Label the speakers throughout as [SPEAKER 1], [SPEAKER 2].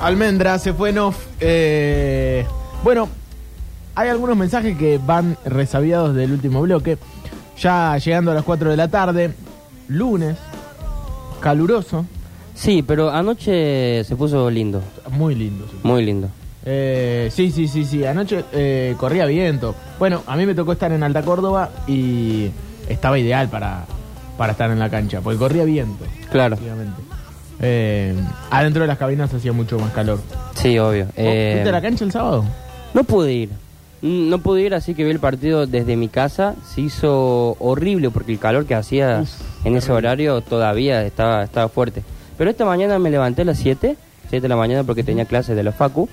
[SPEAKER 1] Almendra se fue en off. Eh, bueno, hay algunos mensajes que van resabiados del último bloque. Ya llegando a las 4 de la tarde, lunes, caluroso,
[SPEAKER 2] Sí, pero anoche se puso lindo,
[SPEAKER 1] muy lindo. supongo.
[SPEAKER 2] muy lindo.
[SPEAKER 1] Eh, sí, sí, sí, sí. Anoche eh, corría viento. Bueno, a mí me tocó estar en Alta Córdoba y estaba ideal para, para estar en la cancha, porque corría viento,
[SPEAKER 2] Claro,
[SPEAKER 1] efectivamente. Eh, adentro de las cabinas hacía mucho más calor.
[SPEAKER 2] sí, obvio.
[SPEAKER 1] ¿Vos
[SPEAKER 2] Eh,
[SPEAKER 1] ¿Fuiste a la cancha el sábado?
[SPEAKER 2] no pude ir, Mm, no pude ir, así que vi el partido desde mi casa. Se hizo horrible porque el calor que hacía
[SPEAKER 1] Uf,
[SPEAKER 2] en ese horario todavía estaba, estaba fuerte. Pero esta mañana me levanté a las 7, 7 de la mañana porque tenía clases de los Facu.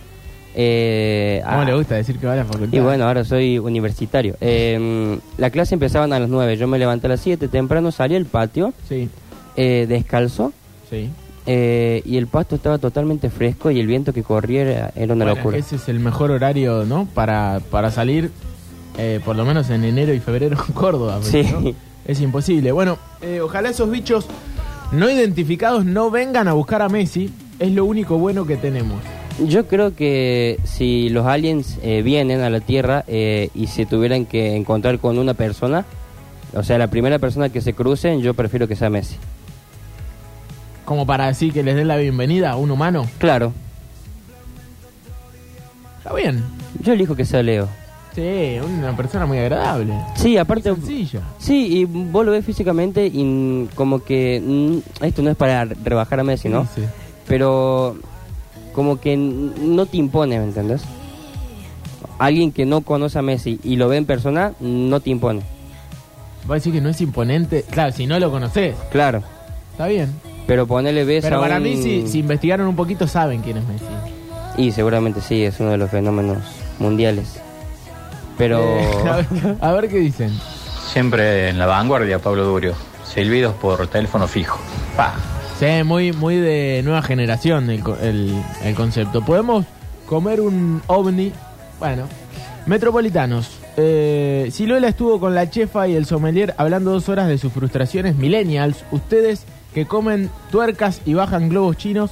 [SPEAKER 2] Eh,
[SPEAKER 1] ¿Cómo
[SPEAKER 2] ah,
[SPEAKER 1] le gusta decir que va a la facultad?
[SPEAKER 2] Y bueno, ahora soy universitario. Eh, la clase empezaban a las 9, yo me levanté a las 7, temprano salí al patio,
[SPEAKER 1] Sí,
[SPEAKER 2] eh, descalzo,
[SPEAKER 1] sí.
[SPEAKER 2] eh, y el pasto estaba totalmente fresco y el viento que corría era, era una
[SPEAKER 1] Bueno,
[SPEAKER 2] locura.
[SPEAKER 1] Ese es el mejor horario, ¿no? Para, para salir, eh, por lo menos en enero y febrero en Córdoba. porque,
[SPEAKER 2] Sí.
[SPEAKER 1] ¿no? Es imposible. Bueno, eh, ojalá esos bichos no identificados no vengan a buscar a Messi. Es lo único bueno que tenemos.
[SPEAKER 2] Yo creo que si los aliens eh, vienen a la Tierra eh, y se tuvieran que encontrar con una persona, o sea, la primera persona que se crucen, yo prefiero que sea Messi.
[SPEAKER 1] Como para decir que les den la bienvenida a un humano.
[SPEAKER 2] Claro,
[SPEAKER 1] Está bien.
[SPEAKER 2] yo elijo que sea Leo.
[SPEAKER 1] Sí, una persona muy agradable.
[SPEAKER 2] Sí, aparte...
[SPEAKER 1] Sencilla.
[SPEAKER 2] Sí, y vos lo ves físicamente y mm, como que mm, esto no es para rebajar a Messi, ¿no?
[SPEAKER 1] Sí.
[SPEAKER 2] Pero como que n- no te impone, ¿me entendés? Alguien que no conoce a Messi y lo ve en persona, no te impone.
[SPEAKER 1] Va a decir que no es imponente. Claro, si no lo conoces,
[SPEAKER 2] Claro,
[SPEAKER 1] está bien.
[SPEAKER 2] pero ponele ves
[SPEAKER 1] Pero
[SPEAKER 2] a
[SPEAKER 1] para
[SPEAKER 2] un-
[SPEAKER 1] mí, si, si investigaron un poquito, saben quién es Messi.
[SPEAKER 2] Y seguramente sí, es uno de los fenómenos mundiales. Pero...
[SPEAKER 1] Eh, a, ver, a ver qué dicen.
[SPEAKER 3] Siempre en la vanguardia, Pablo Durio. Silbidos por teléfono fijo. Pa.
[SPEAKER 1] Sí, muy, muy de nueva generación el, co- el- el concepto. ¿Podemos comer un ovni? Bueno, metropolitanos. Eh, si Lola estuvo con la chefa y el sommelier hablando dos horas de sus frustraciones millennials, ustedes que comen tuercas y bajan globos chinos,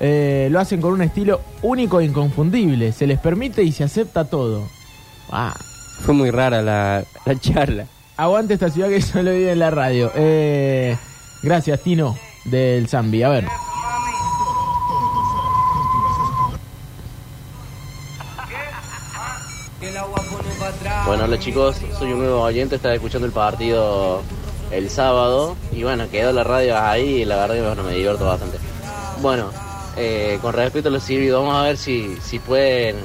[SPEAKER 1] eh, lo hacen con un estilo único e inconfundible. Se les permite y se acepta todo. Ah,
[SPEAKER 2] Fue muy rara la, la charla.
[SPEAKER 1] aguante esta ciudad que solo vive en la radio. Eh, gracias, Tino, del Zambi. A ver.
[SPEAKER 4] Bueno, hola chicos, soy un nuevo oyente, estaba escuchando el partido el sábado y bueno, quedó la radio ahí y la verdad que bueno, me divierto bastante. Bueno, eh, con respecto a los silbidos, vamos a ver si, si pueden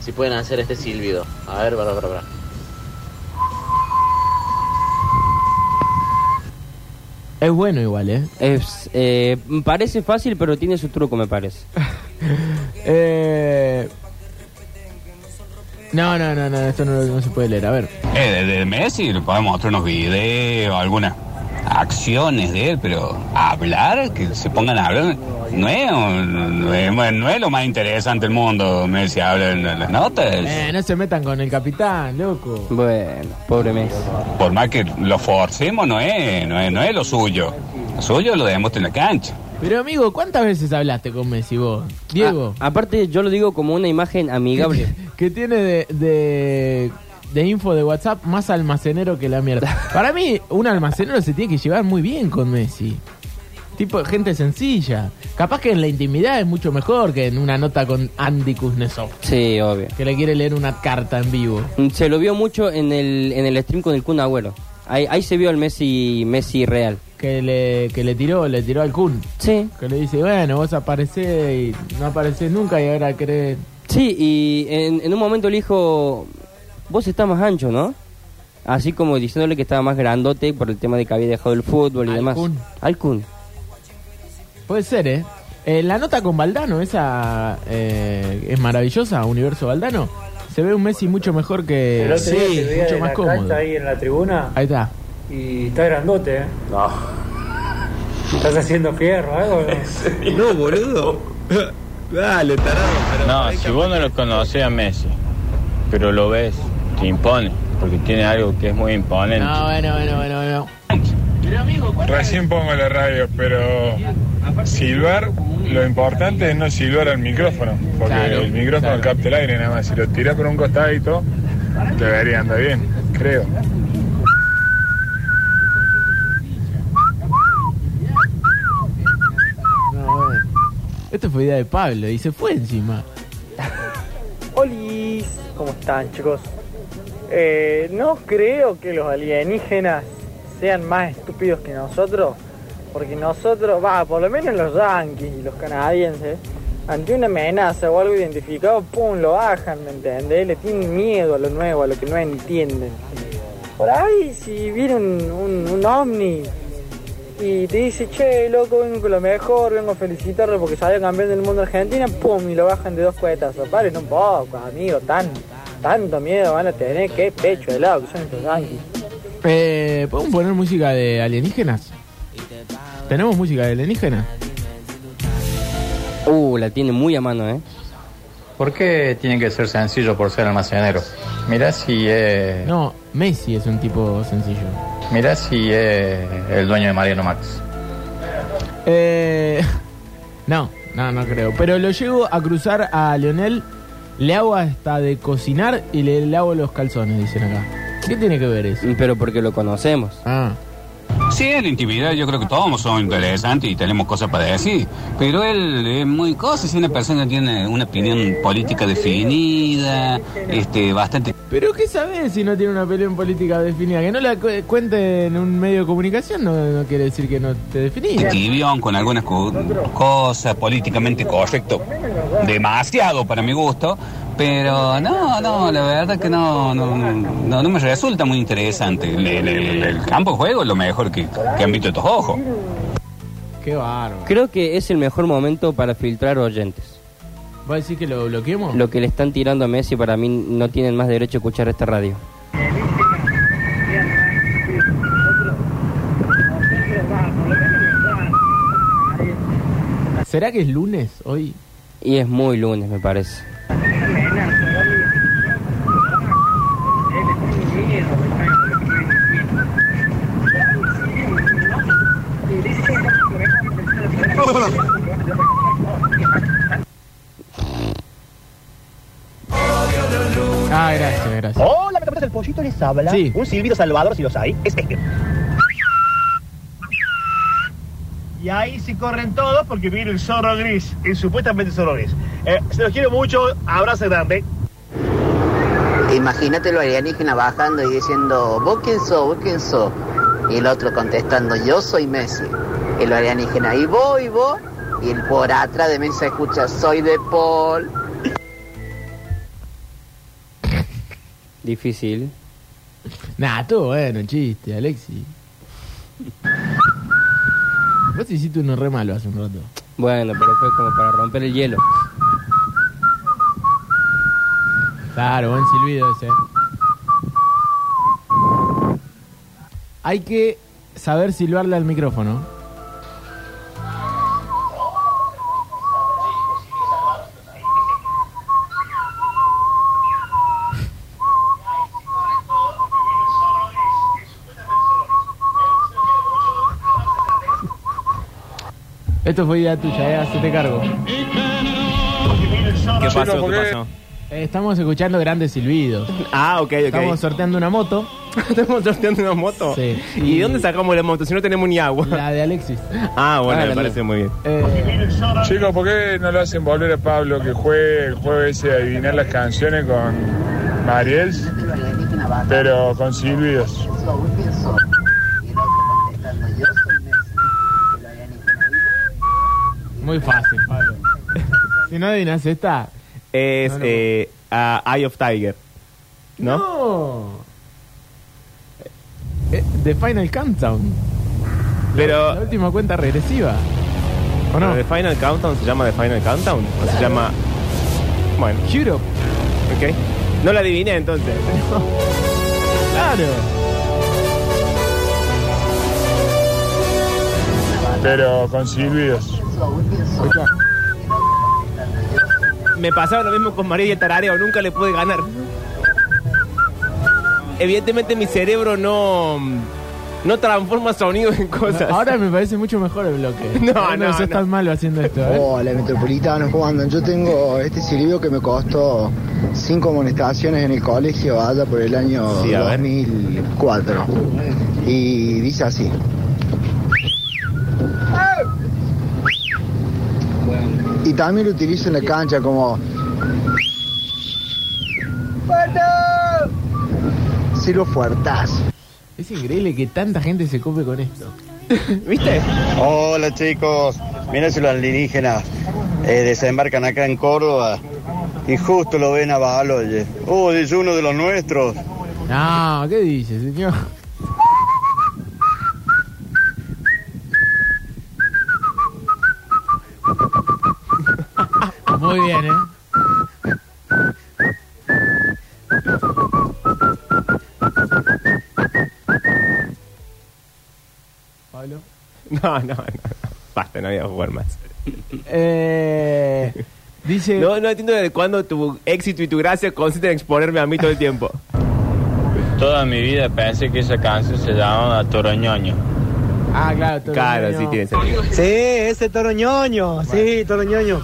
[SPEAKER 4] si pueden hacer este silbido. A ver, para, para, para.
[SPEAKER 1] Es bueno igual, ¿eh?
[SPEAKER 2] Es, eh, parece fácil, pero tiene su truco, me parece.
[SPEAKER 1] Eh, No, no, no, no, esto no, no se puede leer. A ver.
[SPEAKER 5] Eh, de, de Messi le podemos mostrar unos videos, algunas acciones de él, pero hablar, que se pongan a hablar, no es, un- no es- no es lo más interesante del mundo. Messi habla en las notas.
[SPEAKER 1] Eh, no se metan con el capitán, loco.
[SPEAKER 2] Bueno, pobre Messi.
[SPEAKER 5] Por más que lo forcemos, no es, no es, no es lo suyo. Lo suyo lo demuestra en la cancha.
[SPEAKER 1] Pero amigo, ¿cuántas veces hablaste con Messi vos? Diego,
[SPEAKER 2] A- aparte, yo lo digo como una imagen amigable.
[SPEAKER 1] que tiene de, de, de info de WhatsApp más almacenero que la mierda. Para mí, un almacenero se tiene que llevar muy bien con Messi. Tipo, gente sencilla. Capaz que en la intimidad es mucho mejor que en una nota con Andy Kuznetsov,
[SPEAKER 2] Sí, obvio.
[SPEAKER 1] que le quiere leer una carta en vivo.
[SPEAKER 2] Mm, Se lo vio mucho en el, en el stream con el Kun Agüero. Ahí, ahí se vio al Messi, Messi real.
[SPEAKER 1] que le, que le tiró, le tiró al Kun.
[SPEAKER 2] Sí.
[SPEAKER 1] Que le dice, bueno, vos aparecés y no aparecés nunca y ahora querés...
[SPEAKER 2] Sí, y en, en un momento le dijo, vos estás más ancho, ¿no? Así como diciéndole que estaba más grandote por el tema de que había dejado el fútbol y
[SPEAKER 1] Al
[SPEAKER 2] demás.
[SPEAKER 1] Kun.
[SPEAKER 2] Al Kun.
[SPEAKER 1] Puede ser, ¿eh? Eh, la nota con Valdano, esa eh, es maravillosa, Universo Valdano. Se ve un Messi mucho mejor que...
[SPEAKER 6] El otro día te veía
[SPEAKER 1] mucho
[SPEAKER 6] en
[SPEAKER 1] más
[SPEAKER 6] la
[SPEAKER 1] cómodo.
[SPEAKER 6] cancha
[SPEAKER 1] Ahí
[SPEAKER 6] ahí en la tribuna
[SPEAKER 1] está.
[SPEAKER 6] y está grandote, ¿eh? No. ¿Estás haciendo fierro ¿eh? algo?
[SPEAKER 7] No, boludo. Dale, tarado.
[SPEAKER 3] No, si vos no lo conocés a Messi, pero lo ves, te impone, porque tiene algo que es muy imponente.
[SPEAKER 1] No, bueno, bueno, bueno, bueno.
[SPEAKER 8] Recién pongo la radio, pero silbar, lo importante es no silbar al micrófono, porque
[SPEAKER 1] Claro,
[SPEAKER 8] el micrófono
[SPEAKER 1] claro.
[SPEAKER 8] capta el aire nada más. Si lo tiras por un costadito, debería andar bien, creo.
[SPEAKER 1] No, bueno. Esto fue idea de Pablo y se fue encima.
[SPEAKER 9] Oli, ¿cómo están chicos? Eh, no creo que los alienígenas sean más estúpidos que nosotros, porque nosotros, va, por lo menos los yanquis y los canadienses, ante una amenaza o algo identificado, pum, lo bajan, ¿me entendés? Le tienen miedo a lo nuevo, a lo que no entienden. Por ahí si viene un, un, un ovni y te dice, che, loco, vengo con lo mejor, vengo a felicitarlo porque salió campeón del mundo Argentina, pum, y lo bajan de dos cuetazos. Paren un poco, amigo, tan, tanto miedo van a tener, que pecho helado que son estos yanquis.
[SPEAKER 1] Eh, ¿Podemos poner música de alienígenas? ¿Tenemos música de alienígenas?
[SPEAKER 2] Uh, la tiene muy a mano, ¿eh?
[SPEAKER 3] ¿Por qué tiene que ser sencillo por ser almacenero? Mirá si es,
[SPEAKER 1] No, Messi es un tipo sencillo.
[SPEAKER 3] mirá si es el dueño de Mariano Max.
[SPEAKER 1] Eh, no, no, no creo. Pero lo llevo a cruzar a Lionel, le hago hasta de cocinar y le lavo los calzones, dicen acá. ¿Qué tiene que ver eso?
[SPEAKER 2] Mm, Pero porque lo conocemos.
[SPEAKER 1] Ah,
[SPEAKER 5] Sí, en la intimidad yo creo que todos somos interesantes y tenemos cosas para decir. Pero él es muy cosa, es una persona que tiene una opinión política definida, este, bastante
[SPEAKER 1] pero ¿qué sabes si no tiene una pelea en política definida? Que no la cu- cuente en un medio de comunicación no, no quiere decir que no te definís.
[SPEAKER 5] tibión con algunas co- cosas políticamente correcto. Demasiado para mi gusto. Pero no, no, la verdad que no, no, no, no me resulta muy interesante. El, el- el- el campo de juego es lo mejor que, que han visto estos ojos.
[SPEAKER 1] Qué bárbaro.
[SPEAKER 2] Creo que es el mejor momento para filtrar oyentes.
[SPEAKER 1] ¿Va a decir que lo bloqueemos?
[SPEAKER 2] Lo que le están tirando a Messi para mí no tienen más derecho a escuchar esta radio.
[SPEAKER 1] ¿Será que es lunes hoy?
[SPEAKER 2] Y es muy lunes, me parece.
[SPEAKER 1] Ah, gracias, gracias.
[SPEAKER 10] Hola, metamorfosis, el pollito les habla.
[SPEAKER 1] Sí.
[SPEAKER 10] Un silbido salvador, si los hay, es este. Y ahí se corren todos porque viene el zorro gris, el supuestamente zorro gris. Eh, se los quiero mucho, abrazo grande.
[SPEAKER 4] Imagínate lo alienígena bajando y diciendo, ¿vos quién sos? ¿Vos quién sos? Y el otro contestando, yo soy Messi. El alienígena, y vos, y vos. Y el por atrás de mí se escucha, soy de Paul.
[SPEAKER 2] Difícil.
[SPEAKER 1] Nah, todo bueno, el chiste, Alexi. Vos hiciste uno re malo hace un rato.
[SPEAKER 2] Bueno, pero fue como para romper el hielo.
[SPEAKER 1] Claro, buen silbido ese. Hay que saber silbarle al micrófono. Esto fue idea tuya, eh, hacete cargo.
[SPEAKER 7] ¿Qué
[SPEAKER 8] pasó? ¿Qué pasó?
[SPEAKER 1] Eh, Estamos escuchando grandes silbidos.
[SPEAKER 7] Ah, ok, ok.
[SPEAKER 1] Estamos sorteando una moto.
[SPEAKER 7] Estamos sorteando una moto.
[SPEAKER 1] Sí.
[SPEAKER 7] ¿Y de dónde sacamos la moto si no tenemos ni agua?
[SPEAKER 1] La de Alexis.
[SPEAKER 7] Ah, bueno,
[SPEAKER 2] Ah, la
[SPEAKER 7] me parece
[SPEAKER 2] mía.
[SPEAKER 7] muy bien.
[SPEAKER 1] Eh,
[SPEAKER 8] Chicos, ¿por qué no lo hacen volver a Pablo que juegue el jueves ese a adivinar las canciones con Mariel, pero con silbidos?
[SPEAKER 1] muy fácil, Pablo. si no adivinas esta.
[SPEAKER 7] Es
[SPEAKER 1] No, no.
[SPEAKER 7] eh, ah, Eye of Tiger. ¿No?
[SPEAKER 1] Eh, The Final Countdown.
[SPEAKER 7] Pero.
[SPEAKER 1] La última cuenta regresiva. ¿O no?
[SPEAKER 7] ¿The Final Countdown se llama The Final Countdown? ¿O se llama.? Bueno,
[SPEAKER 1] Europe.
[SPEAKER 7] ok. No la adiviné entonces.
[SPEAKER 1] Claro.
[SPEAKER 8] Pero con silbidos.
[SPEAKER 7] Me pasaba lo mismo con María y el Tarareo, nunca le pude ganar. Evidentemente mi cerebro no. No transforma sonidos en cosas.
[SPEAKER 1] Ahora me parece mucho mejor el bloque.
[SPEAKER 7] No,
[SPEAKER 1] Ahora
[SPEAKER 7] no,
[SPEAKER 1] sos
[SPEAKER 7] no.
[SPEAKER 1] tan malo haciendo esto. ¿eh?
[SPEAKER 11] Hola, metropolitanos, ¿cómo andan? Yo tengo este silbido que me costó cinco amonestaciones en el colegio allá por el año
[SPEAKER 7] Sí, a ver.
[SPEAKER 11] 2004. Y dice así. Y también lo utilizo en la cancha como... Silbo fuertazo.
[SPEAKER 1] Es increíble que tanta gente se cope con esto.
[SPEAKER 7] ¿Viste?
[SPEAKER 12] Hola chicos, miren si los alienígenas eh, desembarcan acá en Córdoba y justo lo ven a Baloye. Oh, es uno de los nuestros.
[SPEAKER 1] No, ¿qué dices, señor? Muy bien, ¿eh? Pablo.
[SPEAKER 7] No, no, no. Basta, no voy a jugar más.
[SPEAKER 1] Eh, dice...
[SPEAKER 7] No, no entiendo de cuándo tu éxito y tu gracia consisten en exponerme a mí todo el tiempo.
[SPEAKER 13] Toda mi vida pensé que esa canción se llamaba Toroñoño.
[SPEAKER 1] Ah, claro. todo
[SPEAKER 7] Claro,
[SPEAKER 1] bien,
[SPEAKER 7] sí
[SPEAKER 1] ¿no?
[SPEAKER 7] tiene sentido.
[SPEAKER 9] Sí, ese toro ñoño, sí, toro ñoño.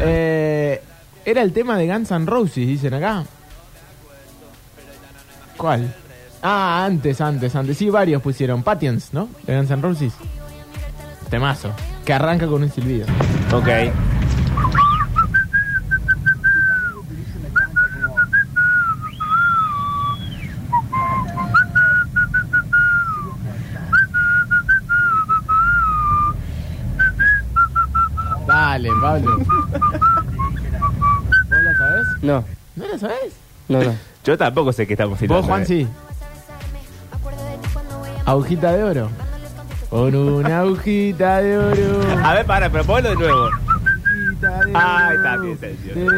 [SPEAKER 1] Eh, era el tema de Guns N' Roses, dicen acá. ¿Cuál? Ah, antes, antes, antes. Sí, varios pusieron. Patience, ¿no? De Guns N' Roses. Temazo. Que arranca con un silbido.
[SPEAKER 7] Ok.
[SPEAKER 1] Dale, Pablo. ¿Vos la sabés?
[SPEAKER 2] No,
[SPEAKER 1] ¿No la sabés?
[SPEAKER 2] no, no.
[SPEAKER 7] Yo tampoco sé qué estamos
[SPEAKER 1] Vos,
[SPEAKER 7] filmando. eh.
[SPEAKER 1] Juan, sí. Agujita de oro. Con una agujita de oro.
[SPEAKER 7] A ver, para, pero ponlo de nuevo. Ah, está bien, está bien.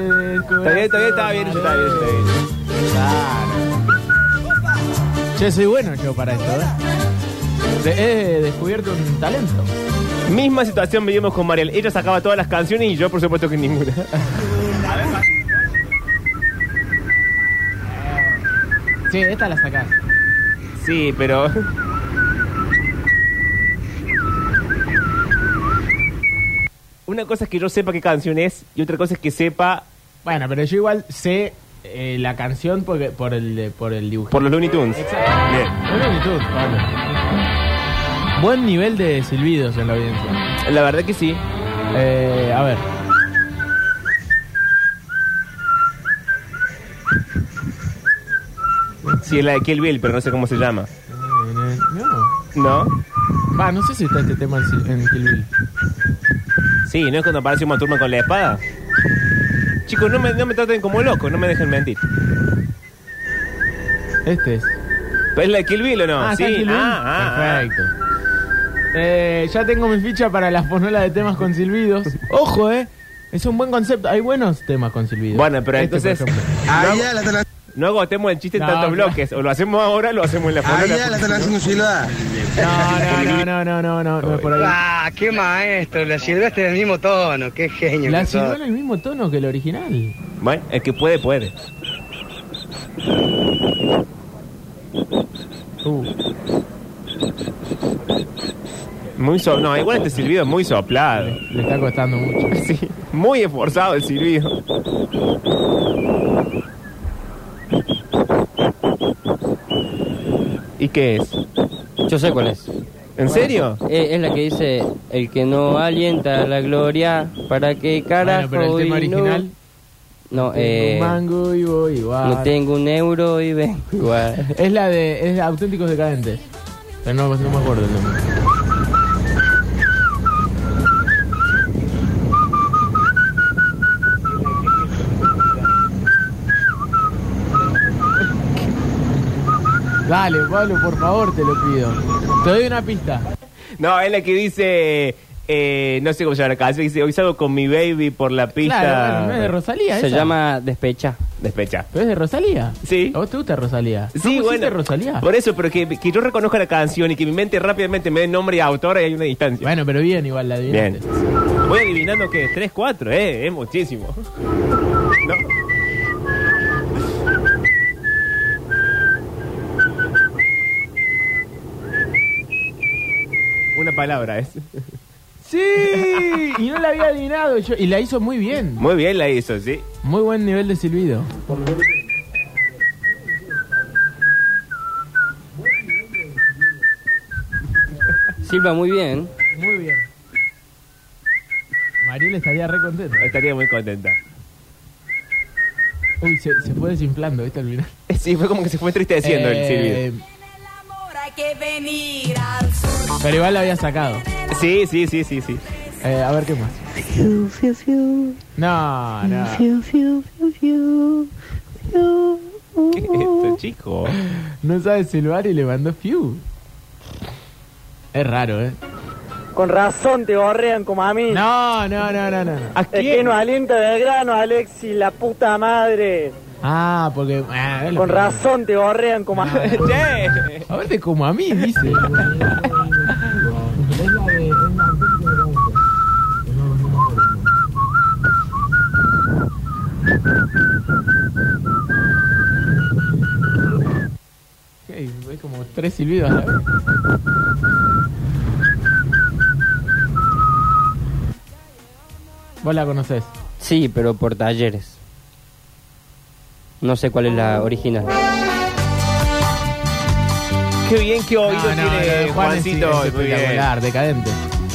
[SPEAKER 7] Está bien, está bien, está bien, está bien, está bien.
[SPEAKER 1] Che, soy bueno yo para esto, ¿eh? De- he descubierto un talento.
[SPEAKER 7] Misma situación vivimos con Mariel. Ella sacaba todas las canciones y yo, por supuesto, que ninguna.
[SPEAKER 1] Sí, esta la sacás.
[SPEAKER 7] Sí, pero. Una cosa es que yo sepa qué canción es y otra cosa es que sepa
[SPEAKER 1] Bueno, pero yo igual sé eh, la canción porque, por el eh, por el dibujo.
[SPEAKER 7] por los Looney Tunes.
[SPEAKER 1] Exacto.
[SPEAKER 7] Bien.
[SPEAKER 1] Buena actitud, Pablo. Buen nivel de silbidos en la audiencia.
[SPEAKER 7] La verdad que sí.
[SPEAKER 1] Eh, a ver.
[SPEAKER 7] Sí, es la de Kill Bill, pero no sé cómo se llama.
[SPEAKER 1] Eh, No.
[SPEAKER 7] ¿No?
[SPEAKER 1] Va, no sé si está este tema en Sil- en Kill Bill.
[SPEAKER 7] Sí, ¿no es cuando aparece una turma con la espada? Chicos, no me, no me traten como loco, no me dejen mentir.
[SPEAKER 1] Este es.
[SPEAKER 7] ¿Pero ¿Es la de Kill Bill o no?
[SPEAKER 1] Ah,
[SPEAKER 7] sí,
[SPEAKER 1] ¿está Kill Bill?
[SPEAKER 7] ah, ah, ah.
[SPEAKER 1] Perfecto. Eh, ya tengo mi ficha para la fonola de temas con silbidos. Ojo, eh. Es un buen concepto. Hay buenos temas con silbidos.
[SPEAKER 7] Bueno, pero
[SPEAKER 1] Este, por
[SPEAKER 7] entonces.
[SPEAKER 1] ejemplo.
[SPEAKER 7] no, no agotemos el chiste en
[SPEAKER 1] No,
[SPEAKER 7] tantos
[SPEAKER 1] claro.
[SPEAKER 7] bloques. O lo hacemos ahora o lo hacemos en la fonola.
[SPEAKER 1] No, no, no, no, no, no, no, no es por ahí.
[SPEAKER 14] Ah, qué maestro, la silbaste en el mismo tono, qué genio.
[SPEAKER 1] La
[SPEAKER 14] que sos.
[SPEAKER 1] silbó en el mismo tono que el original.
[SPEAKER 7] Bueno, el que puede, puede.
[SPEAKER 1] Uh,
[SPEAKER 7] Muy so- no, igual este silbido es muy soplado.
[SPEAKER 1] le está costando mucho.
[SPEAKER 7] Sí, muy esforzado el silbido. ¿Y qué es?
[SPEAKER 2] Yo sé cuál es. Eh,
[SPEAKER 7] ¿En serio?
[SPEAKER 2] Es, es la que dice, el que no alienta la gloria, ¿para qué carajo?
[SPEAKER 1] Bueno, pero el tema
[SPEAKER 2] y no-"
[SPEAKER 1] original.
[SPEAKER 2] No,
[SPEAKER 1] Tengo
[SPEAKER 2] eh,
[SPEAKER 1] un mango y voy igual.
[SPEAKER 2] no tengo un euro y vengo igual.
[SPEAKER 1] Es la de. Es de Auténticos Decadentes. Pero no, no me acuerdo el nombre. Dale, Pablo, por favor, te lo pido. Te doy una pista.
[SPEAKER 7] No, es la que dice. eh, no sé cómo se llama la canción. Dice: Hoy salgo con mi baby por la pista.
[SPEAKER 1] Claro, bueno, no es de Rosalía.
[SPEAKER 2] Se
[SPEAKER 1] esa.
[SPEAKER 2] llama despecha.
[SPEAKER 7] Despecha.
[SPEAKER 1] Pero es de Rosalía.
[SPEAKER 7] Sí.
[SPEAKER 1] ¿A vos te gusta Rosalía? ¿No
[SPEAKER 7] Sí,
[SPEAKER 1] pusiste
[SPEAKER 7] bueno.
[SPEAKER 1] Rosalía?
[SPEAKER 7] Por eso, pero que, que yo reconozca la canción y que mi mente rápidamente me dé nombre y autor y hay una distancia.
[SPEAKER 1] Bueno, pero bien, igual la
[SPEAKER 7] Bien.
[SPEAKER 1] adivinaste.
[SPEAKER 7] Voy adivinando que es 3, 4, eh, es muchísimo. No. palabra ¿eh? es.
[SPEAKER 1] ¡Sí! Y no la había adivinado yo. Y la hizo muy bien.
[SPEAKER 7] Muy bien la hizo, sí.
[SPEAKER 1] Muy buen nivel de silbido.
[SPEAKER 2] Silva muy bien.
[SPEAKER 1] Muy bien. Mariel estaría re contenta.
[SPEAKER 7] Estaría muy contenta.
[SPEAKER 1] Uy, se, se fue desinflando, ¿viste al final?
[SPEAKER 7] Sí, fue como que se fue entristeciendo el
[SPEAKER 1] Eh.
[SPEAKER 7] silbido.
[SPEAKER 15] Hay que venir al sur.
[SPEAKER 1] Pero igual la había sacado.
[SPEAKER 7] Sí, sí, sí, sí, sí.
[SPEAKER 1] Eh, a ver qué más.
[SPEAKER 15] Fiu, fiu, fiu.
[SPEAKER 1] No, no.
[SPEAKER 15] Fiu, fiu, fiu, fiu. Fiu.
[SPEAKER 7] ¿Qué es esto, chico?
[SPEAKER 1] No sabe silbar y le mandó fiu. Es raro, ¿eh?
[SPEAKER 9] Con razón te borrean como
[SPEAKER 15] Eh.
[SPEAKER 9] a mí.
[SPEAKER 1] No, no, no, no, no.
[SPEAKER 9] Es que no alienta Belgrano, Alexis, la puta madre.
[SPEAKER 1] Ah, porque... ah, es lo
[SPEAKER 9] Con
[SPEAKER 1] que-
[SPEAKER 9] razón te borrean como a mí.
[SPEAKER 1] A verte como a mí, dice. Ok, Hay como tres silbidos a la vez. ¿Vos la conocés?
[SPEAKER 2] Sí, pero por talleres. No sé cuál es la original.
[SPEAKER 7] Qué bien que
[SPEAKER 1] Ah,
[SPEAKER 7] oído tiene Juancito.
[SPEAKER 1] es
[SPEAKER 7] muy bien.
[SPEAKER 1] espectacular, decadente.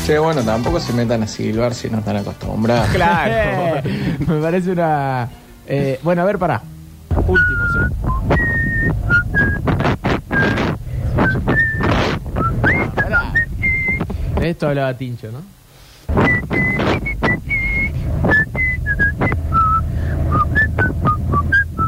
[SPEAKER 16] Che, bueno, tampoco se metan a silbar si no están acostumbrados.
[SPEAKER 1] Claro. Me parece una. eh, bueno, a ver, pará. Último, sí. Pará. De Esto hablaba Tincho, ¿no?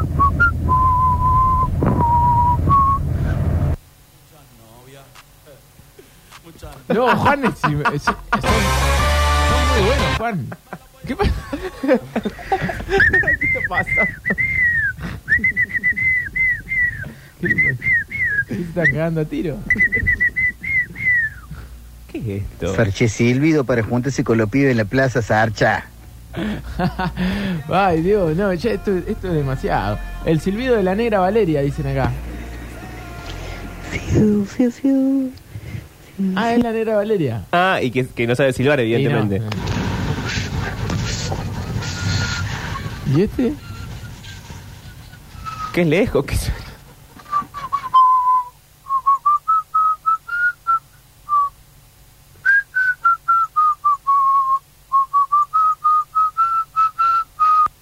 [SPEAKER 1] No, Juan es, es- son- son muy buenos, Juan. ¿Qué pasa?
[SPEAKER 7] ¿Qué te pasa?
[SPEAKER 1] ¿Qué le pasa? ¿Qué se están cagando a tiro?
[SPEAKER 7] ¿Qué es esto?
[SPEAKER 17] Sarche Silvido para juntarse con los pibes en la plaza Sarcha.
[SPEAKER 1] Ay, Dios, no, ya esto, esto es demasiado. El silbido de la negra Valeria, dicen acá.
[SPEAKER 15] Fiu, fiu, fiu.
[SPEAKER 1] Ah, es la negra Valeria.
[SPEAKER 7] Ah, y que, que no sabe silbar, evidentemente.
[SPEAKER 1] ¿Y este?
[SPEAKER 7] Qué lejos que suena.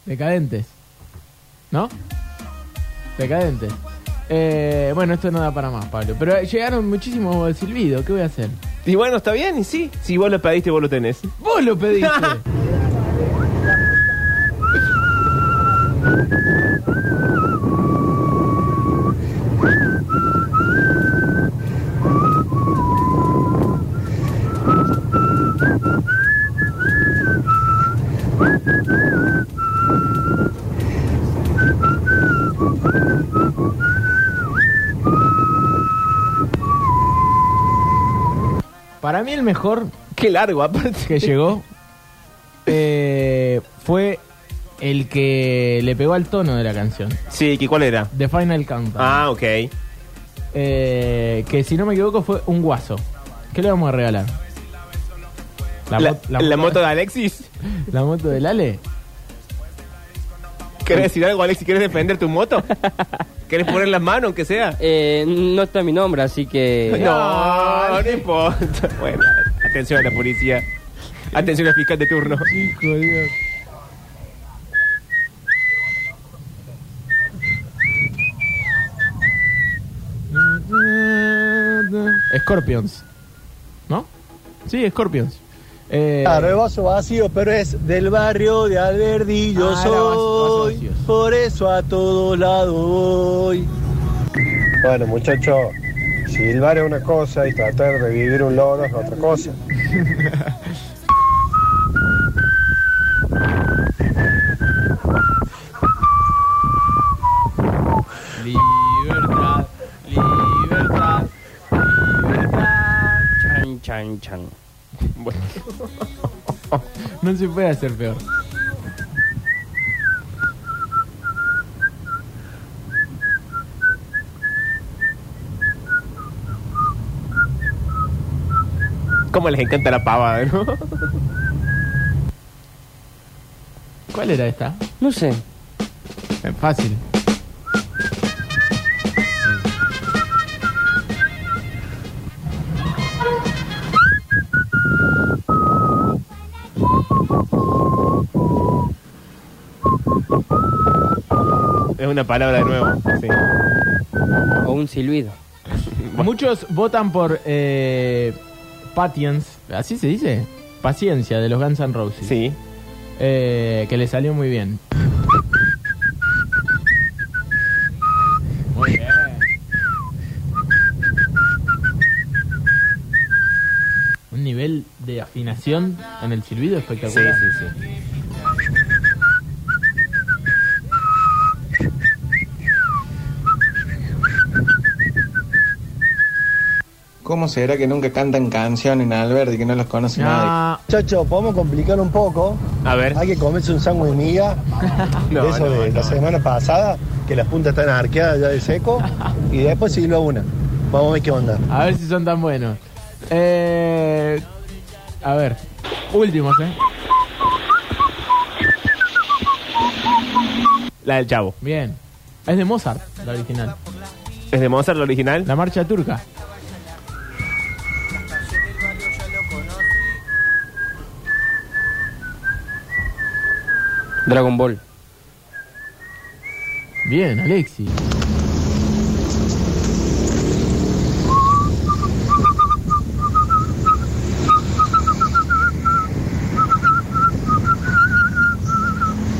[SPEAKER 1] Decadentes. ¿No? Decadentes. Eh, bueno, esto no da para más, Pablo. Pero eh, llegaron muchísimos silbidos, ¿qué voy a hacer?
[SPEAKER 7] Y bueno, está bien, y sí. Si vos lo pediste, vos lo tenés.
[SPEAKER 1] ¡Vos lo pediste! Para mí el mejor.
[SPEAKER 7] Qué largo, aparte.
[SPEAKER 1] Que llegó. eh, fue el que le pegó al tono de la canción.
[SPEAKER 7] Sí, ¿qué, ¿cuál era?
[SPEAKER 1] The Final Countdown.
[SPEAKER 7] Ah, ok.
[SPEAKER 1] Eh, que si no me equivoco fue un guaso. ¿Qué le vamos a regalar?
[SPEAKER 7] La,
[SPEAKER 1] mot-
[SPEAKER 7] la moto de Alexis.
[SPEAKER 1] ¿La moto del Ale?
[SPEAKER 7] ¿Querés decir algo, Alexis? ¿Querés defender tu moto? ¿Querés poner las manos, aunque sea?
[SPEAKER 2] Eh, no está mi nombre, así que...
[SPEAKER 7] No, no importa. Bueno, atención a la policía. Atención al fiscal de turno.
[SPEAKER 1] Chico, Dios. Scorpions. ¿No? Sí, Scorpions. Eh,
[SPEAKER 18] Claro, es vaso vacío, pero es del barrio de Alberdi, yo
[SPEAKER 1] Ah, era vaso-
[SPEAKER 18] soy, por eso a todos lados voy.
[SPEAKER 12] Bueno, muchachos, silbar es una cosa y tratar de vivir un logro es otra cosa.
[SPEAKER 1] Libertad, libertad, libertad.
[SPEAKER 2] Chan, chan, chan.
[SPEAKER 7] Bueno.
[SPEAKER 1] No se puede hacer peor.
[SPEAKER 7] Cómo les encanta la pavada, ¿no?
[SPEAKER 1] ¿Cuál era esta?
[SPEAKER 2] No sé.
[SPEAKER 1] Es fácil.
[SPEAKER 7] Es una palabra de nuevo. Sí.
[SPEAKER 2] O un silbido.
[SPEAKER 1] Muchos votan por eh, Patience, así se dice, paciencia de los Guns N' Roses.
[SPEAKER 7] Sí.
[SPEAKER 1] Eh, que le salió muy bien.
[SPEAKER 7] Muy bien.
[SPEAKER 1] Un nivel de afinación en el silbido
[SPEAKER 7] Sí,
[SPEAKER 1] espectacular.
[SPEAKER 7] sí, sí.
[SPEAKER 16] ¿Cómo será que nunca cantan canciones en Alberti que no los conoce nadie?
[SPEAKER 18] Chacho, podemos complicar un poco.
[SPEAKER 7] A ver.
[SPEAKER 18] Hay que comerse un sándwich de miga.
[SPEAKER 7] No,
[SPEAKER 18] Ah, de eso
[SPEAKER 7] no,
[SPEAKER 18] de
[SPEAKER 7] no.
[SPEAKER 18] la semana pasada, que las puntas están arqueadas ya de seco. y después seguirlo a una. Vamos a ver qué onda.
[SPEAKER 1] A ver si son tan buenos. Eh, a ver, últimos, ¿eh?
[SPEAKER 7] La del chavo.
[SPEAKER 1] Bien. Es de Mozart, la original.
[SPEAKER 7] ¿Es de Mozart la original?
[SPEAKER 1] La marcha turca.
[SPEAKER 2] Dragon Ball.
[SPEAKER 1] Bien, Alexi.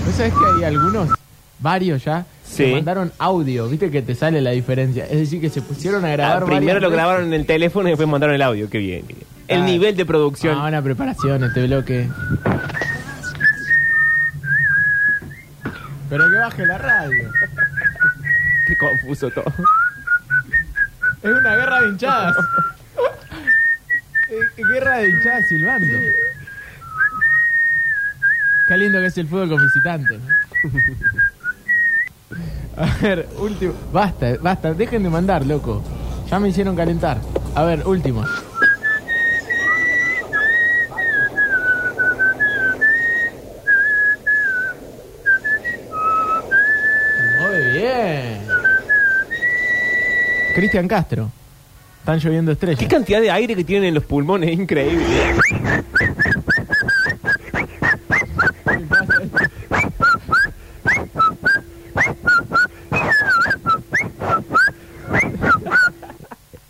[SPEAKER 1] ¿Vos sabés que hay algunos, varios ya,
[SPEAKER 7] Sí.
[SPEAKER 1] que mandaron audio? ¿Viste que te sale la diferencia? Es decir, que se pusieron a grabar.
[SPEAKER 7] Ah, primero
[SPEAKER 1] varias
[SPEAKER 7] lo
[SPEAKER 1] veces.
[SPEAKER 7] grabaron en el teléfono y después mandaron el audio. Qué bien. qué bien. El
[SPEAKER 1] Ah.
[SPEAKER 7] nivel de producción.
[SPEAKER 1] Ah, una preparación este bloque. Pero que baje la radio.
[SPEAKER 7] Qué confuso todo.
[SPEAKER 1] Es una guerra de hinchadas. Eh, guerra de hinchadas silbando. Qué lindo que es el fútbol con visitantes. ¿no? A ver, último. Basta, basta, dejen de mandar, loco. Ya me hicieron calentar. A ver, último. Muy bien. Cristian Castro. Están lloviendo
[SPEAKER 7] Qué
[SPEAKER 1] estrellas.
[SPEAKER 7] cantidad de aire que tienen en los pulmones, increíble.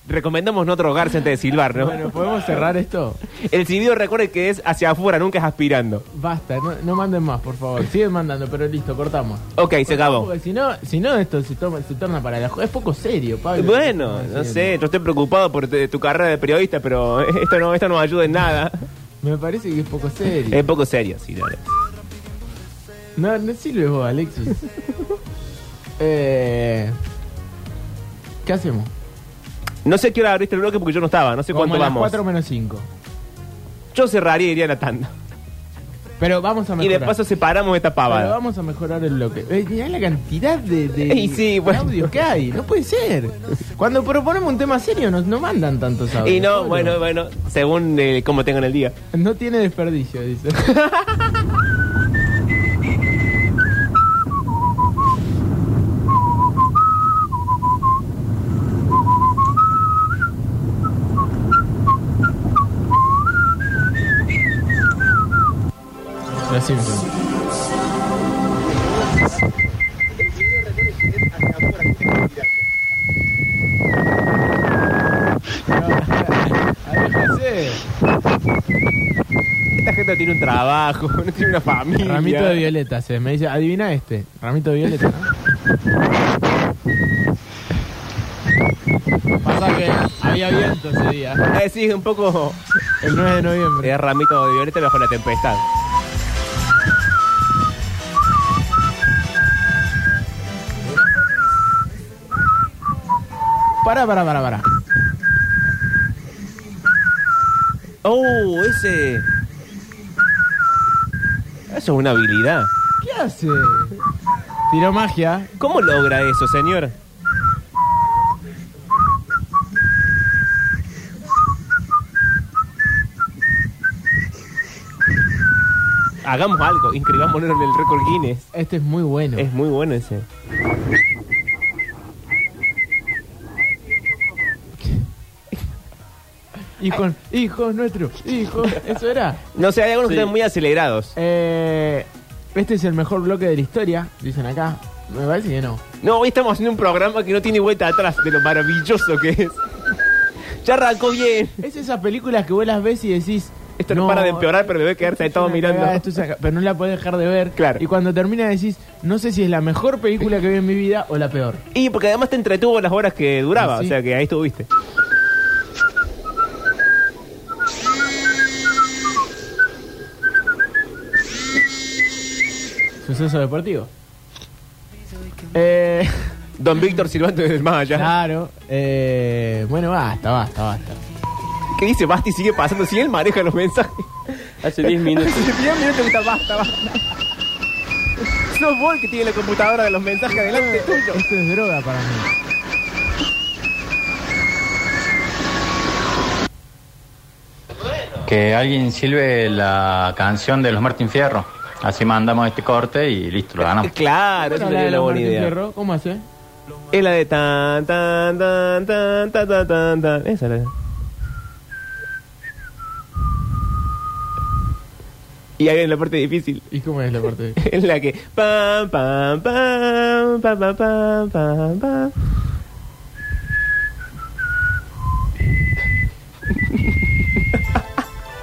[SPEAKER 7] Recomendamos no drogarse antes de silbar, ¿no?
[SPEAKER 1] Bueno, ¿podemos cerrar esto?
[SPEAKER 7] El silbido recuerde que es hacia afuera, nunca es aspirando.
[SPEAKER 1] Basta, no, no manden más, por favor. Siguen mandando, pero listo, cortamos.
[SPEAKER 7] Ok, se acabó.
[SPEAKER 1] Porque si no, si no esto se, toma, se torna para la... jo- Es poco serio, Pablo.
[SPEAKER 7] Bueno, no sé, yo estoy preocupado por tu tu carrera de periodista, pero esto no, esto no ayuda en nada.
[SPEAKER 1] Me parece que es poco serio.
[SPEAKER 7] Es poco serio, sí, la verdad.
[SPEAKER 1] No, no sirve vos, Alexis. eh, ¿Qué hacemos?
[SPEAKER 7] No sé a qué hora abriste el bloque porque yo no estaba, no sé
[SPEAKER 1] Como
[SPEAKER 7] cuánto
[SPEAKER 1] a las
[SPEAKER 7] vamos.
[SPEAKER 1] 4 menos 5.
[SPEAKER 7] Yo cerraría y iría a la tanda.
[SPEAKER 1] Pero vamos a
[SPEAKER 7] Y
[SPEAKER 1] mejorar.
[SPEAKER 7] de paso separamos esta pavada.
[SPEAKER 1] Pero vamos a mejorar el bloque. Eh, mirá la cantidad de, de,
[SPEAKER 7] Y sí,
[SPEAKER 1] de
[SPEAKER 7] bueno.
[SPEAKER 1] audios que hay. No puede ser. Cuando proponemos un tema serio, nos, no mandan tantos audios.
[SPEAKER 7] Y no,
[SPEAKER 1] Pablo.
[SPEAKER 7] bueno, bueno, según eh, cómo tengan el día.
[SPEAKER 1] No tiene desperdicio, dice. Los Simpsons.
[SPEAKER 7] Esta gente no tiene un trabajo, no tiene una familia.
[SPEAKER 1] Ramito de violeta, se me dice, adivina este, ramito de violeta. ¿no? Pasa que había viento ese día,
[SPEAKER 7] Eh, sí, un poco
[SPEAKER 1] el 9 de noviembre.
[SPEAKER 7] eh, ramito de violeta bajo la tempestad.
[SPEAKER 1] Pará, pará, pará, pará.
[SPEAKER 7] Oh, ese. Eso es una habilidad.
[SPEAKER 1] ¿Qué hace? Tiró magia.
[SPEAKER 7] ¿Cómo logra eso, señor? hagamos algo, inscribámonos en el récord Guinness.
[SPEAKER 1] Este es muy bueno.
[SPEAKER 7] Es muy bueno ese.
[SPEAKER 1] Hijos, hijos nuestros, hijos. Eso era.
[SPEAKER 7] No sé, hay algunos que están muy acelerados.
[SPEAKER 1] Eh, este es el mejor bloque de la historia, dicen acá. Me parece que no.
[SPEAKER 7] No, hoy estamos haciendo un programa que no tiene vuelta atrás de lo maravilloso que es. Ya arrancó bien.
[SPEAKER 1] Es esas películas que vos las ves y decís.
[SPEAKER 7] Esto no, para de empeorar, pero debe quedarte ahí
[SPEAKER 1] esto
[SPEAKER 7] todo
[SPEAKER 1] es una
[SPEAKER 7] mirando.
[SPEAKER 1] cagada, ah, esto es una ca- pero no la podés dejar de ver.
[SPEAKER 7] Claro.
[SPEAKER 1] Y cuando termina decís, no sé si es la mejor película que vi en mi vida o la peor.
[SPEAKER 7] Y porque además te entretuvo las horas que duraba,
[SPEAKER 1] Sí.
[SPEAKER 7] o sea que ahí estuviste.
[SPEAKER 1] Suceso deportivo. Eh,
[SPEAKER 7] Don Víctor silbando desde el más allá.
[SPEAKER 1] claro. eh, bueno, basta, basta, basta.
[SPEAKER 7] ¿Qué dice Basti? Sigue pasando, si él maneja los mensajes.
[SPEAKER 2] Hace 10 minutos.
[SPEAKER 7] Hace 10 minutos que está basta, basta. Sos vos el que tiene la computadora de los mensajes
[SPEAKER 1] Eh.
[SPEAKER 7] adelante tuyo.
[SPEAKER 1] Esto es droga para mí.
[SPEAKER 3] Que alguien silbe la canción de los Martín Fierro. Así mandamos este corte y listo, lo ganamos.
[SPEAKER 7] Claro,
[SPEAKER 1] Ah, Bueno,
[SPEAKER 7] eso
[SPEAKER 1] la
[SPEAKER 7] sería
[SPEAKER 1] de
[SPEAKER 7] una
[SPEAKER 1] los
[SPEAKER 7] buena
[SPEAKER 1] Martín
[SPEAKER 7] idea.
[SPEAKER 1] Fierro, ¿Cómo hace?
[SPEAKER 7] Es la de tan, tan, tan, tan, tan, tan, tan, tan. Esa es la de. Y ahí en la parte difícil.
[SPEAKER 1] ¿Y cómo es la parte?
[SPEAKER 7] En la que. Pam, pam, pam, pam, pam, pam, pam, pam.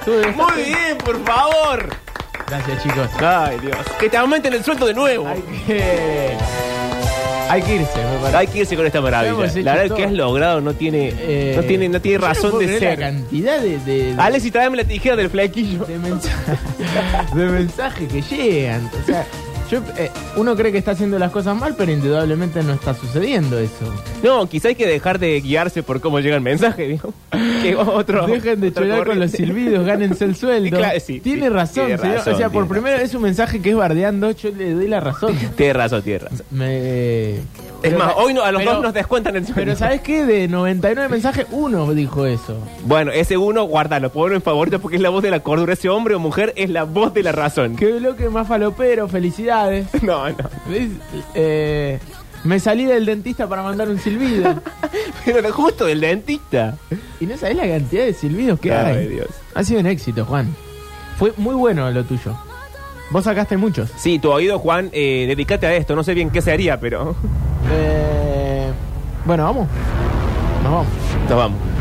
[SPEAKER 7] Muy bien, por favor.
[SPEAKER 1] Gracias, chicos.
[SPEAKER 7] Ay, Dios. Que te aumenten el sueldo de nuevo.
[SPEAKER 1] Hay que, hay que irse, me parece.
[SPEAKER 7] Hay que irse con esta maravilla.
[SPEAKER 1] Hemos hecho
[SPEAKER 7] La verdad es
[SPEAKER 1] todo.
[SPEAKER 7] que has logrado no tiene,
[SPEAKER 1] Eh,
[SPEAKER 7] no tiene, no tiene
[SPEAKER 1] yo no
[SPEAKER 7] razón
[SPEAKER 1] puedo
[SPEAKER 7] de
[SPEAKER 1] creer
[SPEAKER 7] ser.
[SPEAKER 1] La cantidad de, de, de-
[SPEAKER 7] Alex, y tráeme la tijera del flequillo.
[SPEAKER 1] de mensajes de mensajes que llegan. O sea, yo, eh, uno cree que está haciendo las cosas mal, pero indudablemente no está sucediendo eso.
[SPEAKER 7] No, quizá hay que dejar de guiarse por cómo llega el mensaje, digo. Que otro.
[SPEAKER 1] Dejen de
[SPEAKER 7] otra
[SPEAKER 1] chorar con los
[SPEAKER 7] corriente.
[SPEAKER 1] silbidos, gánense el sueldo.
[SPEAKER 7] Claro, sí,
[SPEAKER 1] tiene
[SPEAKER 7] sí,
[SPEAKER 1] razón,
[SPEAKER 7] tiene
[SPEAKER 1] señor.
[SPEAKER 7] razón,
[SPEAKER 1] O sea, por
[SPEAKER 7] tiene
[SPEAKER 1] primera vez un mensaje que es bardeando, yo le doy la razón.
[SPEAKER 7] Tienes razón, tienes razón.
[SPEAKER 1] Me-
[SPEAKER 7] Es
[SPEAKER 1] pero-
[SPEAKER 7] más, hoy no- a los
[SPEAKER 1] pero-
[SPEAKER 7] dos nos descuentan el sueldo.
[SPEAKER 1] Pero ¿sabes qué? De 99 mensajes, uno dijo eso.
[SPEAKER 7] Bueno, ese uno, guárdalo, ponlo en favorito porque es la voz de la cordura. Ese hombre o mujer es la voz de la razón.
[SPEAKER 1] Qué bloque más falopero, felicidades.
[SPEAKER 7] No, no.
[SPEAKER 1] ¿Ves? Eh, me salí del dentista para mandar un silbido.
[SPEAKER 7] Pero era justo del dentista.
[SPEAKER 1] Y no sabés la cantidad de silbidos que
[SPEAKER 7] Ay,
[SPEAKER 1] hay.
[SPEAKER 7] Dios.
[SPEAKER 1] Ha sido un éxito, Juan. Fue muy bueno lo tuyo. Vos sacaste muchos.
[SPEAKER 7] Sí, tu oído, Juan, eh, dedícate a esto. No sé bien qué se haría, pero
[SPEAKER 1] Eh, bueno, vamos. Nos vamos.
[SPEAKER 7] nos vamos.